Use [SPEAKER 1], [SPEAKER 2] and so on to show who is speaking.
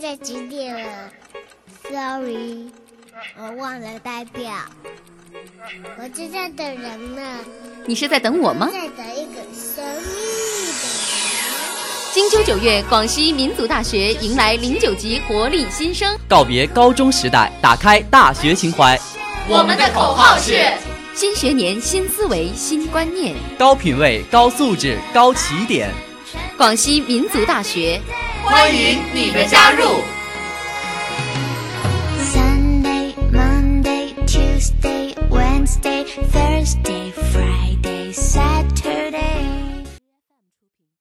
[SPEAKER 1] 在几点了？Sorry，我忘了带表。我正在等人呢，
[SPEAKER 2] 你是在等我吗？
[SPEAKER 1] 在等一个神秘的人。
[SPEAKER 2] 金秋九月，广西民族大学迎来零九级活力新生。
[SPEAKER 3] 告别高中时代，打开大学情怀，
[SPEAKER 4] 我们的口号是：
[SPEAKER 2] 新学年新思维新观念。
[SPEAKER 3] 高品位、高素质、高起点。
[SPEAKER 2] 广西民族大学，
[SPEAKER 4] 欢迎你的加入。